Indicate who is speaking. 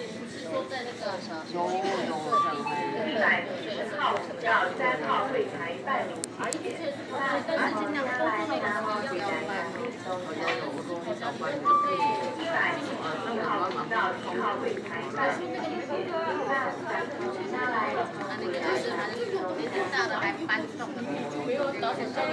Speaker 1: 说在那个啥，
Speaker 2: 有有奖杯，
Speaker 3: 一百七十号到三号柜台办理
Speaker 1: 而且但是尽量都是那个什么要买，好像是
Speaker 3: 一
Speaker 1: 对。
Speaker 3: 百七十一号到十号柜台办理
Speaker 1: 那个就是反正就是我们大的还搬动的，没有早点。